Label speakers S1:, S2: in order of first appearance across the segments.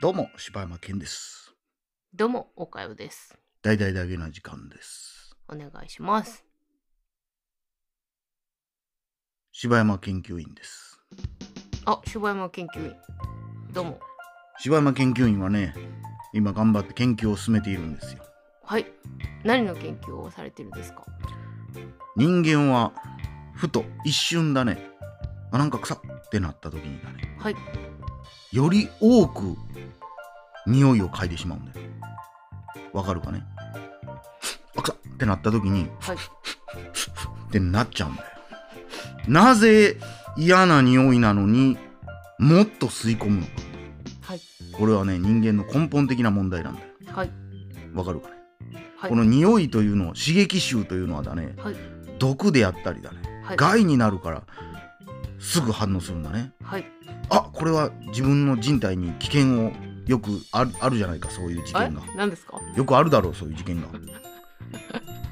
S1: どうも、柴山健です。
S2: どうも、おかよです。
S1: 大々だげな時間です。
S2: お願いします。
S1: 柴山研究員です。
S2: あ、柴山研究員。どうも。
S1: 柴山研究員はね、今頑張って研究を進めているんですよ。
S2: はい。何の研究をされてるんですか
S1: 人間は、ふと一瞬だね、あ、なんか臭ってなった時にだね、
S2: はい。
S1: より多く匂いを嗅いでしまうんだよ。わかるかねあ、臭ってなった時に、
S2: はい。
S1: ってなっちゃうんだよ。なぜ嫌な匂いなのにもっと吸い込むのか。
S2: はい。
S1: これはね人間の根本的な問題なんだよ
S2: はい。
S1: わかるかね、
S2: はい。
S1: この匂いというのは刺激臭というのはだね
S2: はい。
S1: 毒であったりだね
S2: はい。
S1: 害になるからすぐ反応するんだね
S2: はい。
S1: あこれは自分の人体に危険をよくあるあるじゃないかそういう事
S2: あれ
S1: 件が
S2: 何ですか
S1: よくあるだろうそういう事件が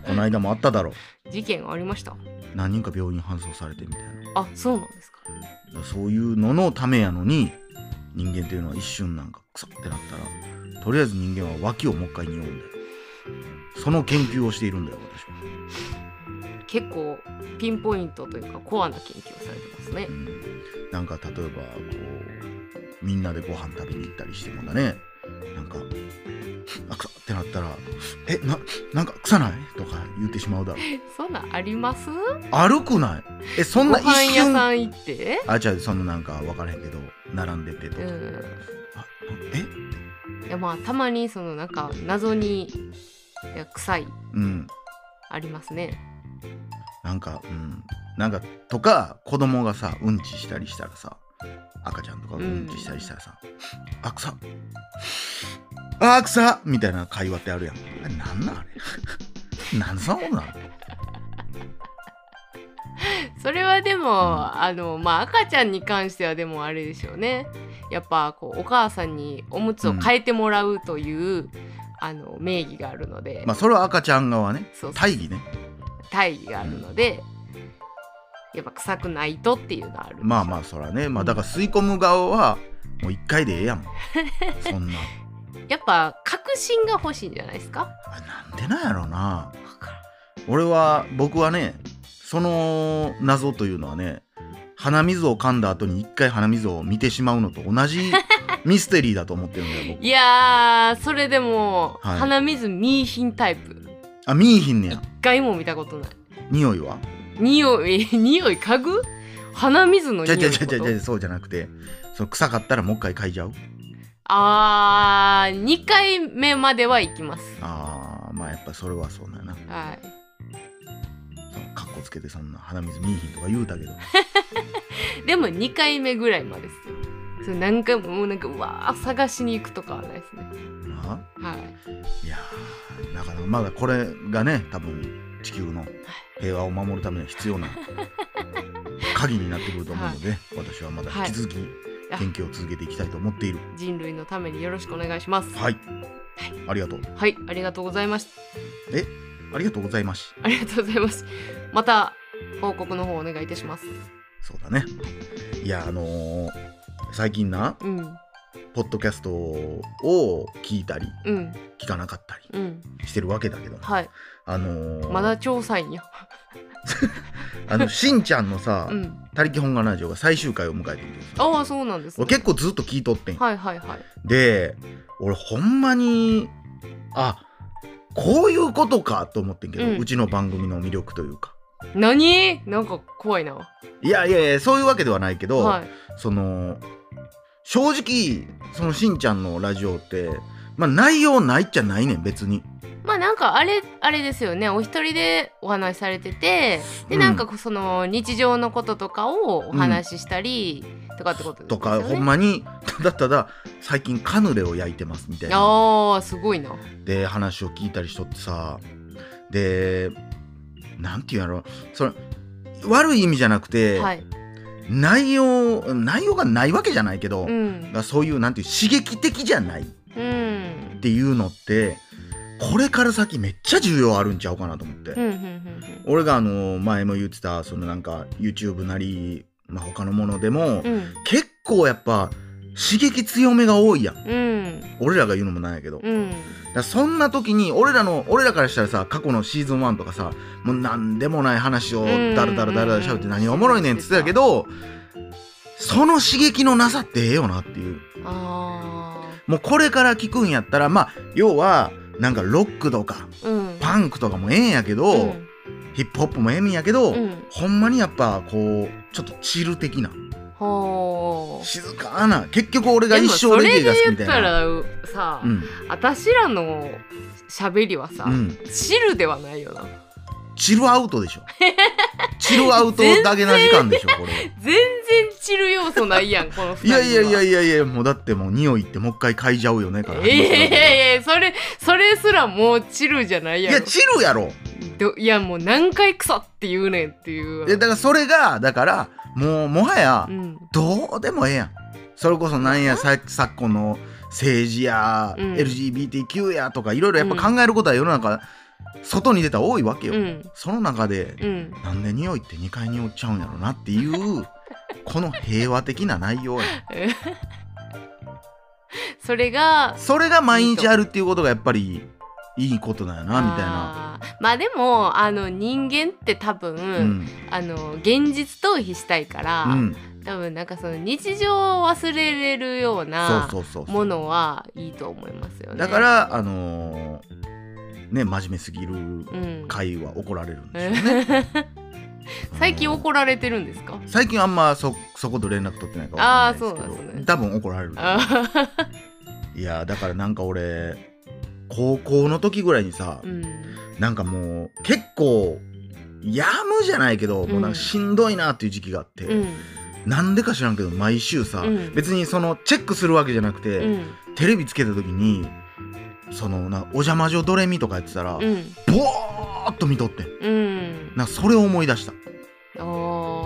S1: この間もあっただろう
S2: 事件ありました。
S1: 何人か病院搬送されてみたいな
S2: あ、そうなんですか
S1: そういうののためやのに人間というのは一瞬なんかクサってなったらとりあえず人間は脇をもう一回匂うんだよその研究をしているんだよ私は、
S2: 結構ピンポイントというかコアな研究をされてますね
S1: う。ん、なんか例えばこうみんなでご飯食べに行ったりしてもだねなんかあ臭ってなったら「えななんか臭ない?」とか言ってしまうだろう
S2: そんなんあります
S1: 歩くないえそんな一
S2: ご飯屋さ
S1: 瞬
S2: ん行って
S1: あじゃあそのなんか分からへんけど並んでてとか、
S2: うん。
S1: あえ
S2: いや、まあ、たまにそのなんか謎にいや臭い
S1: うん
S2: ありますね。
S1: なんか、うん、なんかとか子供がさうんちしたりしたらさ赤ちゃんとかがうんちしたりしたらさ「あくさあくさみたいな会話ってあるやんあれなんなんあれ なんでそんなもんなの
S2: それはでもあのまあ赤ちゃんに関してはでもあれでしょうねやっぱこうお母さんにおむつを変えてもらうという、あの名義があるので、
S1: まあそれは赤ちゃん側ね
S2: そうそう
S1: 大義ね
S2: 大義があるので、やっぱ臭くないとっていうのはある
S1: まあまあそらねまあだから吸い込む側はもう一回でええやんそんな
S2: やっぱ確信が欲しいんじゃないですか
S1: あなんでなんやろな
S2: わか
S1: 俺は僕はねその謎というのはね鼻水を噛んだ後に一回鼻水を見てしまうのと同 じミステリーだと思ってるんだよ
S2: る
S1: 僕
S2: いやーそれでも、
S1: はい
S2: 鼻水見いひんタイプ
S1: あ見いひんねや
S2: 一回も見たことない
S1: 匂いは
S2: 匂い 匂い嗅ぐ鼻水の
S1: じ
S2: 匂
S1: ゃ
S2: い
S1: じゃじ
S2: のこ
S1: ゃじゃじ
S2: と
S1: ゃそうじゃなくてその臭かったらもう一回嗅いじゃう
S2: あー2回目までは行きます
S1: あーまあやっぱそれはそうだよな
S2: はい
S1: そのかっこつけてそんな鼻水見いひんとか言うたけど
S2: でも2回目ぐらいまでですよ。それ何回ももうなんかうわー探しに行くとかはないですね。
S1: な
S2: はい。
S1: いやーなかなかまだこれがね多分地球の平和を守るためには必要 な鍵になってくると思うので、私はまだ引き続き研究を続けていきたいと思っている
S2: 人類のためによろしくお願いします。
S1: はい、ありがとう
S2: はい、ありがとうございまし
S1: ありがとうございます
S2: ありがとうございます。また報告の方お願いいたします。
S1: そうだねいやあのー最近な
S2: うん、
S1: ポッドキャストを聞いたり
S2: うん、
S1: 聞かなかった
S2: うん。
S1: りしてるわけだけど
S2: はい。
S1: あのー
S2: まだ調査員や。
S1: あのしんちゃんの さ
S2: うん。
S1: 「他力本願ラジオ」が最終回を迎えてるんですよ
S2: ああ、そうなんです、ね
S1: 俺。結構ずっと聞いとってん
S2: はいはいはい。
S1: で俺ほんまにあこういうことかと思ってんけど、う
S2: うん
S1: ちの番組の魅力というか
S2: 何なんか怖いな。
S1: いやいやいやそういうわけではないけど、
S2: はい。
S1: その正直そのしんちゃんのラジオってまあ内容ないっちゃないねん別に
S2: まあなんかあれあれですよねお一人でお話しされててで
S1: うん
S2: なんかこうその日常のこととかをお話ししたりとかってことです
S1: と
S2: よね。
S1: か、ほんまにただただ最近カヌレを焼いてますみたいな
S2: あーすごいな。
S1: で話を聞いたりしとってさでなんていうんやろそれ悪い意味じゃなくて、
S2: はい。
S1: 内容内容がないわけじゃないけど、
S2: うん。
S1: がそういうなんていう刺激的じゃないっ
S2: うん。
S1: ていうのってこれから先めっちゃ重要あるんちゃうかなと思って、
S2: うんうんうん
S1: 俺があの前も言ってたそのなんか YouTube なり、まあ、他のものでも、
S2: うん。うん
S1: 結構やっぱ刺激強めが多いやん
S2: うんうん
S1: 俺らが言うのもなんやけど、だか
S2: うん
S1: らそんな時に俺らの俺らからしたらさ過去のシーズン1とかさもう何でもない話をダラダラダラダラしゃべって
S2: うん
S1: 何がおもろいねんっつってたけどその刺激のなさってええよなっていう
S2: あ
S1: もうこれから聞くんやったらまあ要はなんかロックとか
S2: ーうん
S1: パンクとかもええんやけど、
S2: うん
S1: ヒップホップもええんやけど、
S2: うん
S1: ほんまにやっぱこうちょっとチル的な
S2: ほー
S1: 静かな結局俺が
S2: でも
S1: 一
S2: そ
S1: 生レゲ
S2: れ
S1: エが好き
S2: で
S1: み
S2: 言
S1: た
S2: っ
S1: い
S2: た
S1: な。
S2: らさ、
S1: うん
S2: 私らの喋りはさ、
S1: うん、
S2: チルではないよな
S1: チルアウトでし ょチルアウトだけな時間でしょこれは
S2: 全然チル要素ないやんこの2人
S1: いやいやいや
S2: や
S1: いやいやもうだってもう匂いってもう一回嗅いじゃうよねから始まるわけ
S2: いやいやそれそれすらもうチルじゃないや
S1: い
S2: ろ
S1: やチルやろ
S2: どいやもう何回クソって言うねんっていう
S1: いやだからそれがだからもうもはや
S2: うん
S1: どうでもええやんそれこそなんやさ昨今の政治や、
S2: うん
S1: LGBTQ やとかいろいろやっぱ考えることは世の中、外に出たら多いわけよ、
S2: うん
S1: その中で
S2: うん
S1: なんで匂いって2階に落ちちゃうんやろなっていうこの平和的な内容や
S2: それが
S1: それが毎日あるっていうことがやっぱりいいことだよなみたいな。
S2: あーまあでもあの人間って多分、
S1: うん
S2: あの現実逃避したいから、
S1: うん、
S2: 多分なんかその日常を忘れれるような
S1: そうそうそう
S2: ものはいいと思いますよね。
S1: だか、らあのーね真面目すぎる
S2: うん、
S1: 会は怒られるんですよ、
S2: 最近
S1: うん
S2: 怒られてるんですか
S1: 最近あんまそそこと連絡取ってないからわかんないですけ
S2: あーそ
S1: ど
S2: うなんですね
S1: 多分怒られる
S2: あ
S1: いやだからなんか俺高校の時ぐらいにさ、
S2: ーうん
S1: なんかもう結構やむじゃないけど、もうなんかしんどいなっていう時期があって、
S2: うん
S1: なんでか知らんけど毎週さ、
S2: うん
S1: 別にそのチェックするわけじゃなくて、
S2: うん
S1: テレビつけた時にそのなお邪魔女ドレミとかやってたら、
S2: うん
S1: ボーっと見とって
S2: うん
S1: なんかそれを思い出した
S2: お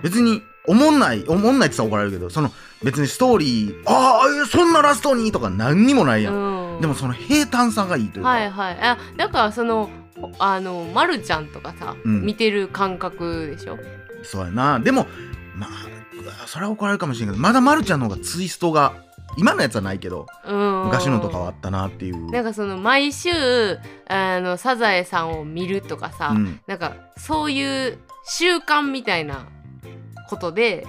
S2: ー
S1: 別におもんないおもんないって言ったら怒られるけどその別にストーリーああそんなラストにとか何にもないやん、
S2: うん
S1: でもその平坦さがいいというか、
S2: はいはいあだからそのあの、ま、るちゃんとかさ、
S1: うん
S2: 見てる感覚でしょ
S1: そうやなでもまあそれは怒られるかもしれんけどまだまるちゃんの方がツイストが今のやつはないけど
S2: うん
S1: 昔のとかはあったなっていう
S2: なんかその毎週あのサザエさんを見るとかさ、
S1: うん、
S2: なんかそういう習慣みたいなことで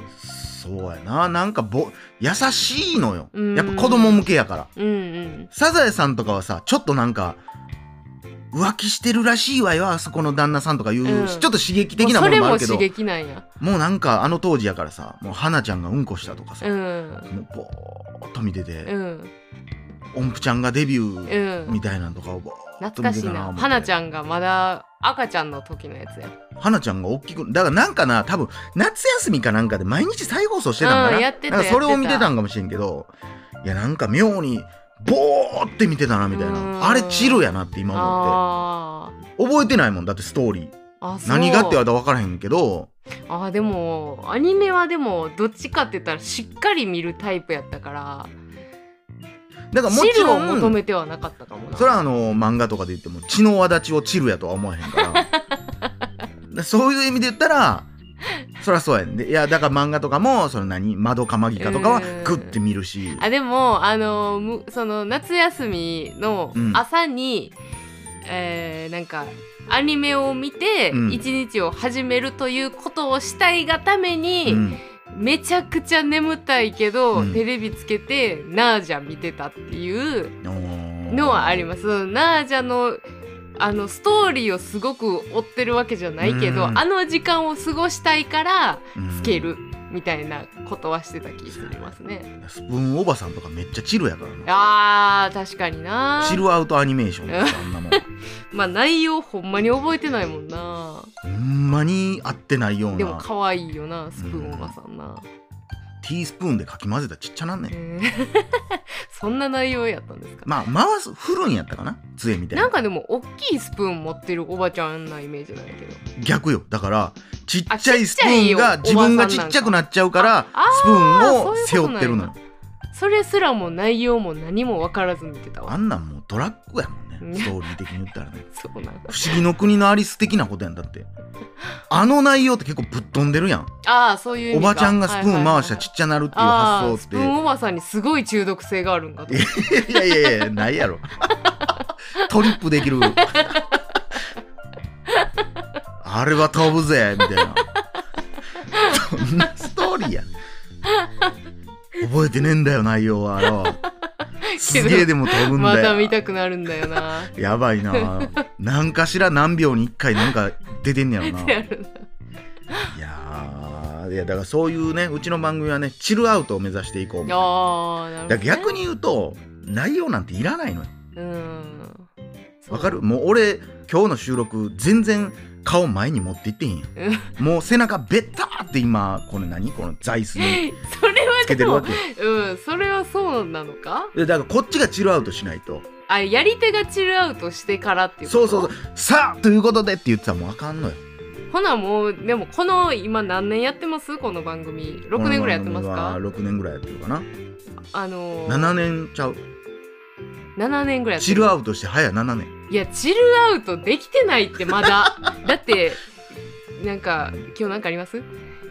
S1: そうやななんかぼ優しいのよ
S2: うん
S1: やっぱ子供向けやから
S2: うんうん
S1: サザエさんとかはさちょっとなんか浮気してるらしいわよあそこの旦那さんとかいう、
S2: うん
S1: ちょっと刺激的なもの
S2: それ
S1: もあ
S2: も
S1: るけど
S2: 刺
S1: も
S2: 激なんや
S1: うなんかあの当時やからさもう花ちゃんがうんこしたとかさ、
S2: うん
S1: もうぼーっと見てて、
S2: うん
S1: 音符ちゃんがデビュ
S2: う
S1: ー
S2: ん
S1: みたいなのとかをぼーっと
S2: 懐か
S1: 見
S2: してい
S1: たな
S2: な
S1: 思って
S2: 花ちゃんがまだ赤ちゃんの時のやつや
S1: 花ちゃんが大きくだからなんかな多分夏休みかなんかで毎日再放送してたんかな,、
S2: うんやってた
S1: なんかそれ
S2: や
S1: を
S2: って
S1: 見
S2: た
S1: てたんかもしれんけどいやなんか妙にボーって見てたなみたい
S2: うん
S1: なあれチルやなって今思
S2: あ
S1: って覚えてないもんだってストーリー
S2: ーあそう
S1: 何がって言われたら分からへんけど
S2: あーでもアニメはでもどっちかって言ったらしっかり見るタイプやったから
S1: だからもち
S2: 汁
S1: ろ
S2: を求
S1: ん
S2: めてはなかったかもな
S1: それはあの漫画とかで言っても血の輪立ちをチルやとは思わへんから でそういう意味で言ったらそりゃそうやんでいやだから漫画とかもその何マドカマギカとかは
S2: うん
S1: グッて見るし
S2: あでもあのむその夏休みの
S1: うん
S2: 朝に、えーなんかアニメを見て
S1: うん
S2: 一日を始めるということをしたいがために、
S1: うん
S2: めちゃくちゃ眠たいけど、
S1: うん
S2: テレビつけてナージャ見てたっていう の
S1: の
S2: はあります。そのナージャのあのストーリーをすごく追ってるわけじゃないけど、
S1: うん
S2: あの時間を過ごしたいから
S1: す
S2: つけ、るみたいなことはしてた気するますね。
S1: うんスプーンおばさんとかめっちゃチルやからな
S2: あー確かにな
S1: チルアウトアニメーションですあんな もん
S2: まあ内容ほんまに覚えてないもんな
S1: ほんまに合ってないよう
S2: でも
S1: な
S2: 可愛いよなスプーンおばさんな、
S1: ティースプーンでかき混ぜたらちっちゃなんねん、
S2: えー そんな内容やったんですか、
S1: まあ回す振るんやったかな杖みたいな
S2: なんかでも大きいスプーン持ってるおばちゃんなイメージなんやけど
S1: 逆よだからちっ
S2: あ
S1: ちゃいスプーンが
S2: ちっちゃ
S1: 自
S2: い
S1: 分が
S2: おばさん
S1: ち
S2: なんか
S1: っちゃくなっちゃうから
S2: あ
S1: スプーン
S2: あー
S1: を
S2: そ
S1: 背
S2: ういう
S1: 負っ
S2: ことなんや
S1: てるのよ
S2: それすらも内容も何も分からず見てた
S1: あ
S2: わ
S1: んなんもうドラッグやもんね
S2: うん
S1: ストーリー的に言ったらね
S2: そうなん
S1: 「
S2: だ
S1: 不思議の国のアリス」的なことやんだってあの内容って結構ぶっ飛んでるやん
S2: ああそういう意
S1: お
S2: 味か
S1: ばちゃんがスプーン回したらちっちゃなるっていう
S2: ああ
S1: 発
S2: ス
S1: 想っ
S2: プ
S1: て
S2: ーンおばさんにすごい中毒性があるん かと
S1: いやいやいや、ないやろ。トリップできる。あれは飛ぶぜ、みたいな。どんなストーリーやねん覚えてねえんだよ、内容は。よすげえでも飛ぶん
S2: ま
S1: だ
S2: た
S1: よ。
S2: 見たくなるんだ よな
S1: やばいな。何かしら何秒に1回なんか出てんねやろな。
S2: っ
S1: い
S2: てやるんだ
S1: やーいやだからそういうね、うちの番組はね、チルアウトを目指していこうみたいな。
S2: ああなるほど、
S1: だ
S2: ね、
S1: から逆に言うと、内容なんていらないのよ。
S2: うんそう
S1: わかるもう俺今日の収録全然顔前に持っていってへんや
S2: う
S1: ん
S2: ん
S1: もう背中べったーって今この何この座椅子 に
S2: それは
S1: つけて
S2: で
S1: るわ
S2: も
S1: けよ
S2: うんそれはそうなのか
S1: でだからこっちがチルアウトしないと
S2: あやり手がチルアウトしてからっていう
S1: そ
S2: こと
S1: うそうそうさあということでって言ってたらもうあかんのよ
S2: ほなもうでもこの今何年やってますこの番組6年ぐらいやってますか
S1: 6年ぐらいやってるかな
S2: あのー、
S1: 7年ちゃう
S2: 7年ぐらいやって
S1: チ
S2: る
S1: ルアウトして早7年
S2: いやチルアウトできてないってまだ だってなんか今日なんかあります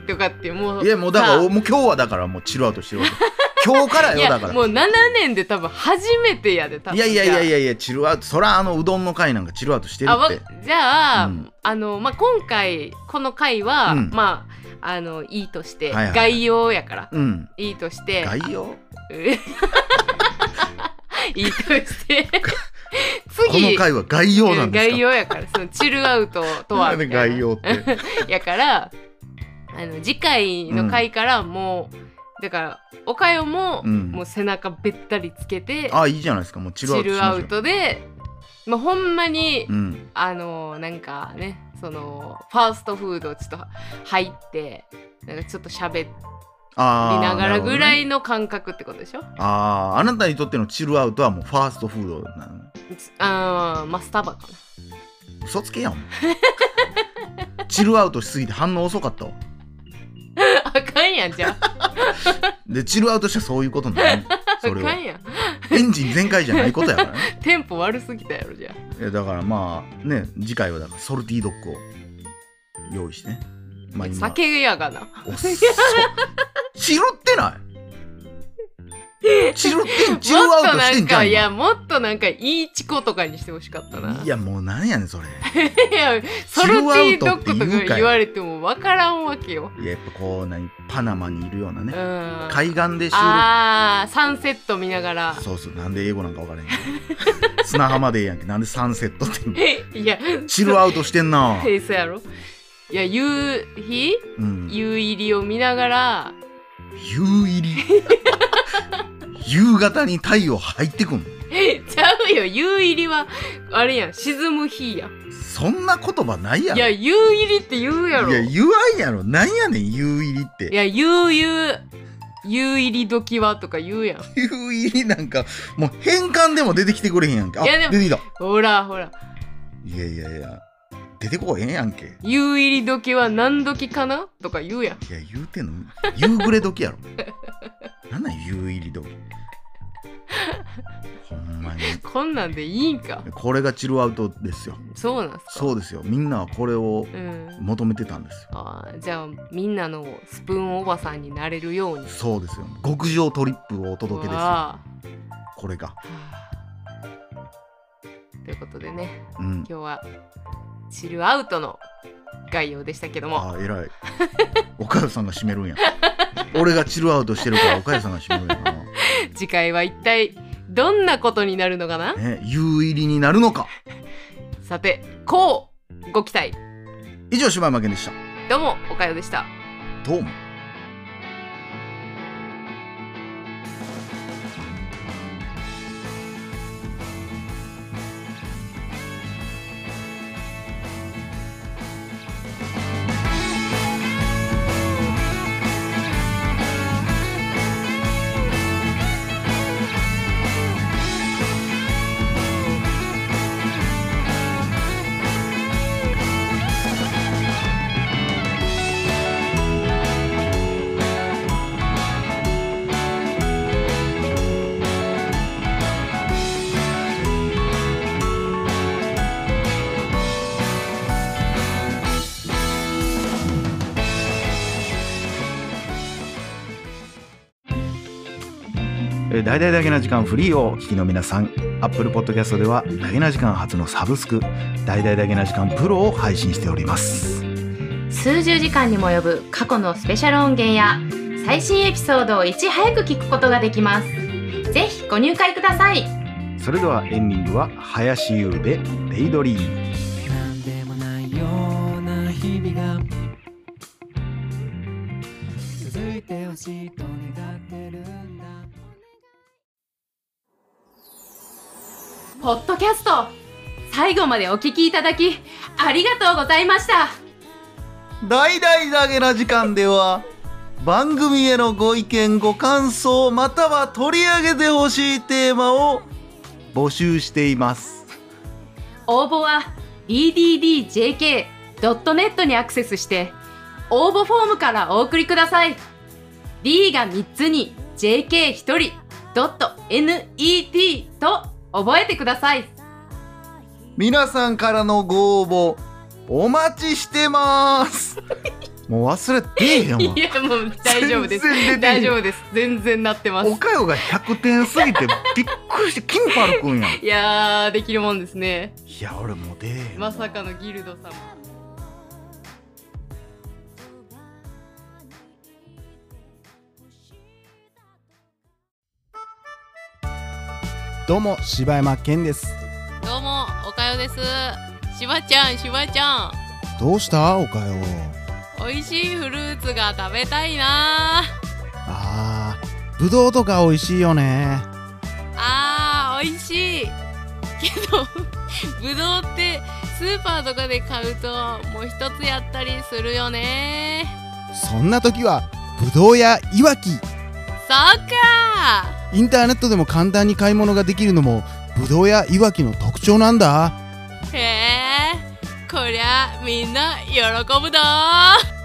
S2: とかってもうい
S1: いやもうだからもう今日はだからもうチルアウトしてるわけ 今日から
S2: い
S1: よ
S2: や
S1: だから
S2: もう7年で多分初めてやで多分
S1: いやいやいやい
S2: や
S1: やいやチルアウトそらあのうどんの回なんかチルアウトしてる
S2: あわ
S1: って
S2: じゃあ、
S1: うん
S2: あのまあ今回この回は、
S1: うん
S2: まああのいいとして、
S1: はいはいはい
S2: 概要やから
S1: うん
S2: いいとして
S1: 概要
S2: え いいと して
S1: この
S2: 次
S1: 回は概要なんですか
S2: 概要やからそのチルアウトとは
S1: なんで概要っ て。
S2: やからあの次回の回からもう、だからおかよも、
S1: うん
S2: もう背中べったりつけて
S1: あ、いいじゃないですか。もうチ
S2: チ
S1: ルアウトし
S2: ル
S1: ま
S2: ア
S1: しょう
S2: ウ。トで、まあ、ほんまに、
S1: うん。
S2: あのなんかねそのファーストフードちょっと入ってなんかちょっと喋り
S1: ああ。
S2: ながらぐら
S1: なる
S2: いの感覚ってことでしょ
S1: ほどね。ああ、あなたにとってのチルアウトはもうファーストフードなのね。
S2: あーマスタバかな
S1: 嘘つけやん。 チルアウトしすぎて反応遅かったわ。
S2: あかんやんじゃあ
S1: で、チルアウトしたらそういうことになる。
S2: あ
S1: それ
S2: か
S1: は
S2: んやん
S1: エンジン全開じゃないことやからね。
S2: テンポ悪すぎたやろじゃ
S1: えだからまあね、次回はだからソルティドッグを用意してね。まあ
S2: あ
S1: 今。
S2: 酒やがな
S1: おっ そ。チルってないチルってん、チルア
S2: も
S1: ウ
S2: っと
S1: ト
S2: な
S1: して
S2: ん
S1: んじゃ
S2: か
S1: ん。
S2: い
S1: 今
S2: やもっとなんかいいチコとかにしてほしかったない
S1: やもうなんやねん それ。
S2: いやソルティドッグと
S1: チルアウトって
S2: か
S1: 言うかい
S2: 言われてもわからんわけよ
S1: いややっぱこう何パナマにいるような
S2: うん
S1: ね、
S2: あ
S1: 海岸で収
S2: あーサンセット見ながら
S1: 録。そうそうなんで英語なんか分からへんけど 砂浜でええやんけなんでサンセットって言うの
S2: いや
S1: チルアウトしてんな。
S2: ペースやろいや夕日
S1: うん。夕
S2: 夕入りを見ながら
S1: 入り。 夕方に太陽入ってくんの。
S2: ちゃうよ夕入りはあれやん沈む日やん
S1: そんな言葉ないや
S2: い
S1: ろ。
S2: や夕入りって言うやろ
S1: いや言わんやろ。なんやねん夕入りって
S2: い。や、ゆうゆう、ゆう入り時はとか言うやん。
S1: 夕入りなんかもう変換でも出てきてくれへんやんけあ
S2: いやでも
S1: 出てきた
S2: ほらほら、
S1: いやいやいや出てこへんやんけ
S2: ゆう入り時は何時かなとか言うやん。
S1: いや言うてんの夕暮れ時や ろなんなん夕入り時ほんまに
S2: こんなんでいいんか。
S1: これがチルアウトですよ
S2: そうなんすか。
S1: そうですよみんなはこれを
S2: うん。
S1: 求めてたんですよ
S2: あーじゃあみんなのスプーンおばさんになれるように。
S1: そうですよ極上トリップをお届けですよ
S2: わ
S1: これが
S2: あはあということでね、
S1: うん
S2: 今日はチルアウトの概要でしたけども。
S1: あー偉いおかゆさんが締めるんや俺がチルアウトしてるからおかゆさんが締めるんやな
S2: 次回は一体どんなことになるのかな
S1: ね、夕入りになるのか
S2: さて、こうご期待。
S1: 以上柴山健でした
S2: どうも、おかよでした。
S1: どうも
S3: 「
S1: えー大々だけな時間フリーをお聞きの皆さん Apple Podcast ではだけな時間初のサブスク大々だけな時間プロを配信しております
S3: 数十時間にも及ぶ過去のスペシャル音源や最新エピソードをいち早く聞くことができますぜひご入会ください
S1: それではエンディングは林優で「デイドリーム」
S4: なんでもないような日々が続いてほしいと願ってるんだ
S3: ポッドキャスト最後までお聞きいただきありがとうございました
S1: 大々だけな時間では番組へのご意見ご感想または取り上げてほしいテーマを募集しています
S3: 応募は ddjk.net にアクセスして応募フォームからお送りください D が3つに JK1 人 .net と覚えてください
S1: 皆さんからのご応募お待ちしてます もう忘れてえよもう
S2: いやもう大丈夫です
S1: 全然出てへん
S2: 大丈夫です全然なってます
S1: おかよが100点す ぎてびっくりして金パルくんやんい
S2: いやーできるもんですね
S1: や俺もう出えへん
S2: まさかのギルド様
S1: どうも柴山健です
S2: どうもおかよですしばちゃんしばちゃん
S1: どうしたおかよ
S2: 美味しいフルーツが食べたいな
S1: あーぶどうとか美味しいよね
S2: あー美味しいけど ぶどうってスーパーとかで買うともう一つやったりするよね
S5: そんな時はぶどうやいわき
S2: そっか
S5: インターネットでも簡単に買い物ができるのもぶどうやいわきの特徴なんだ
S2: ーへえこりゃみんな喜ぶだー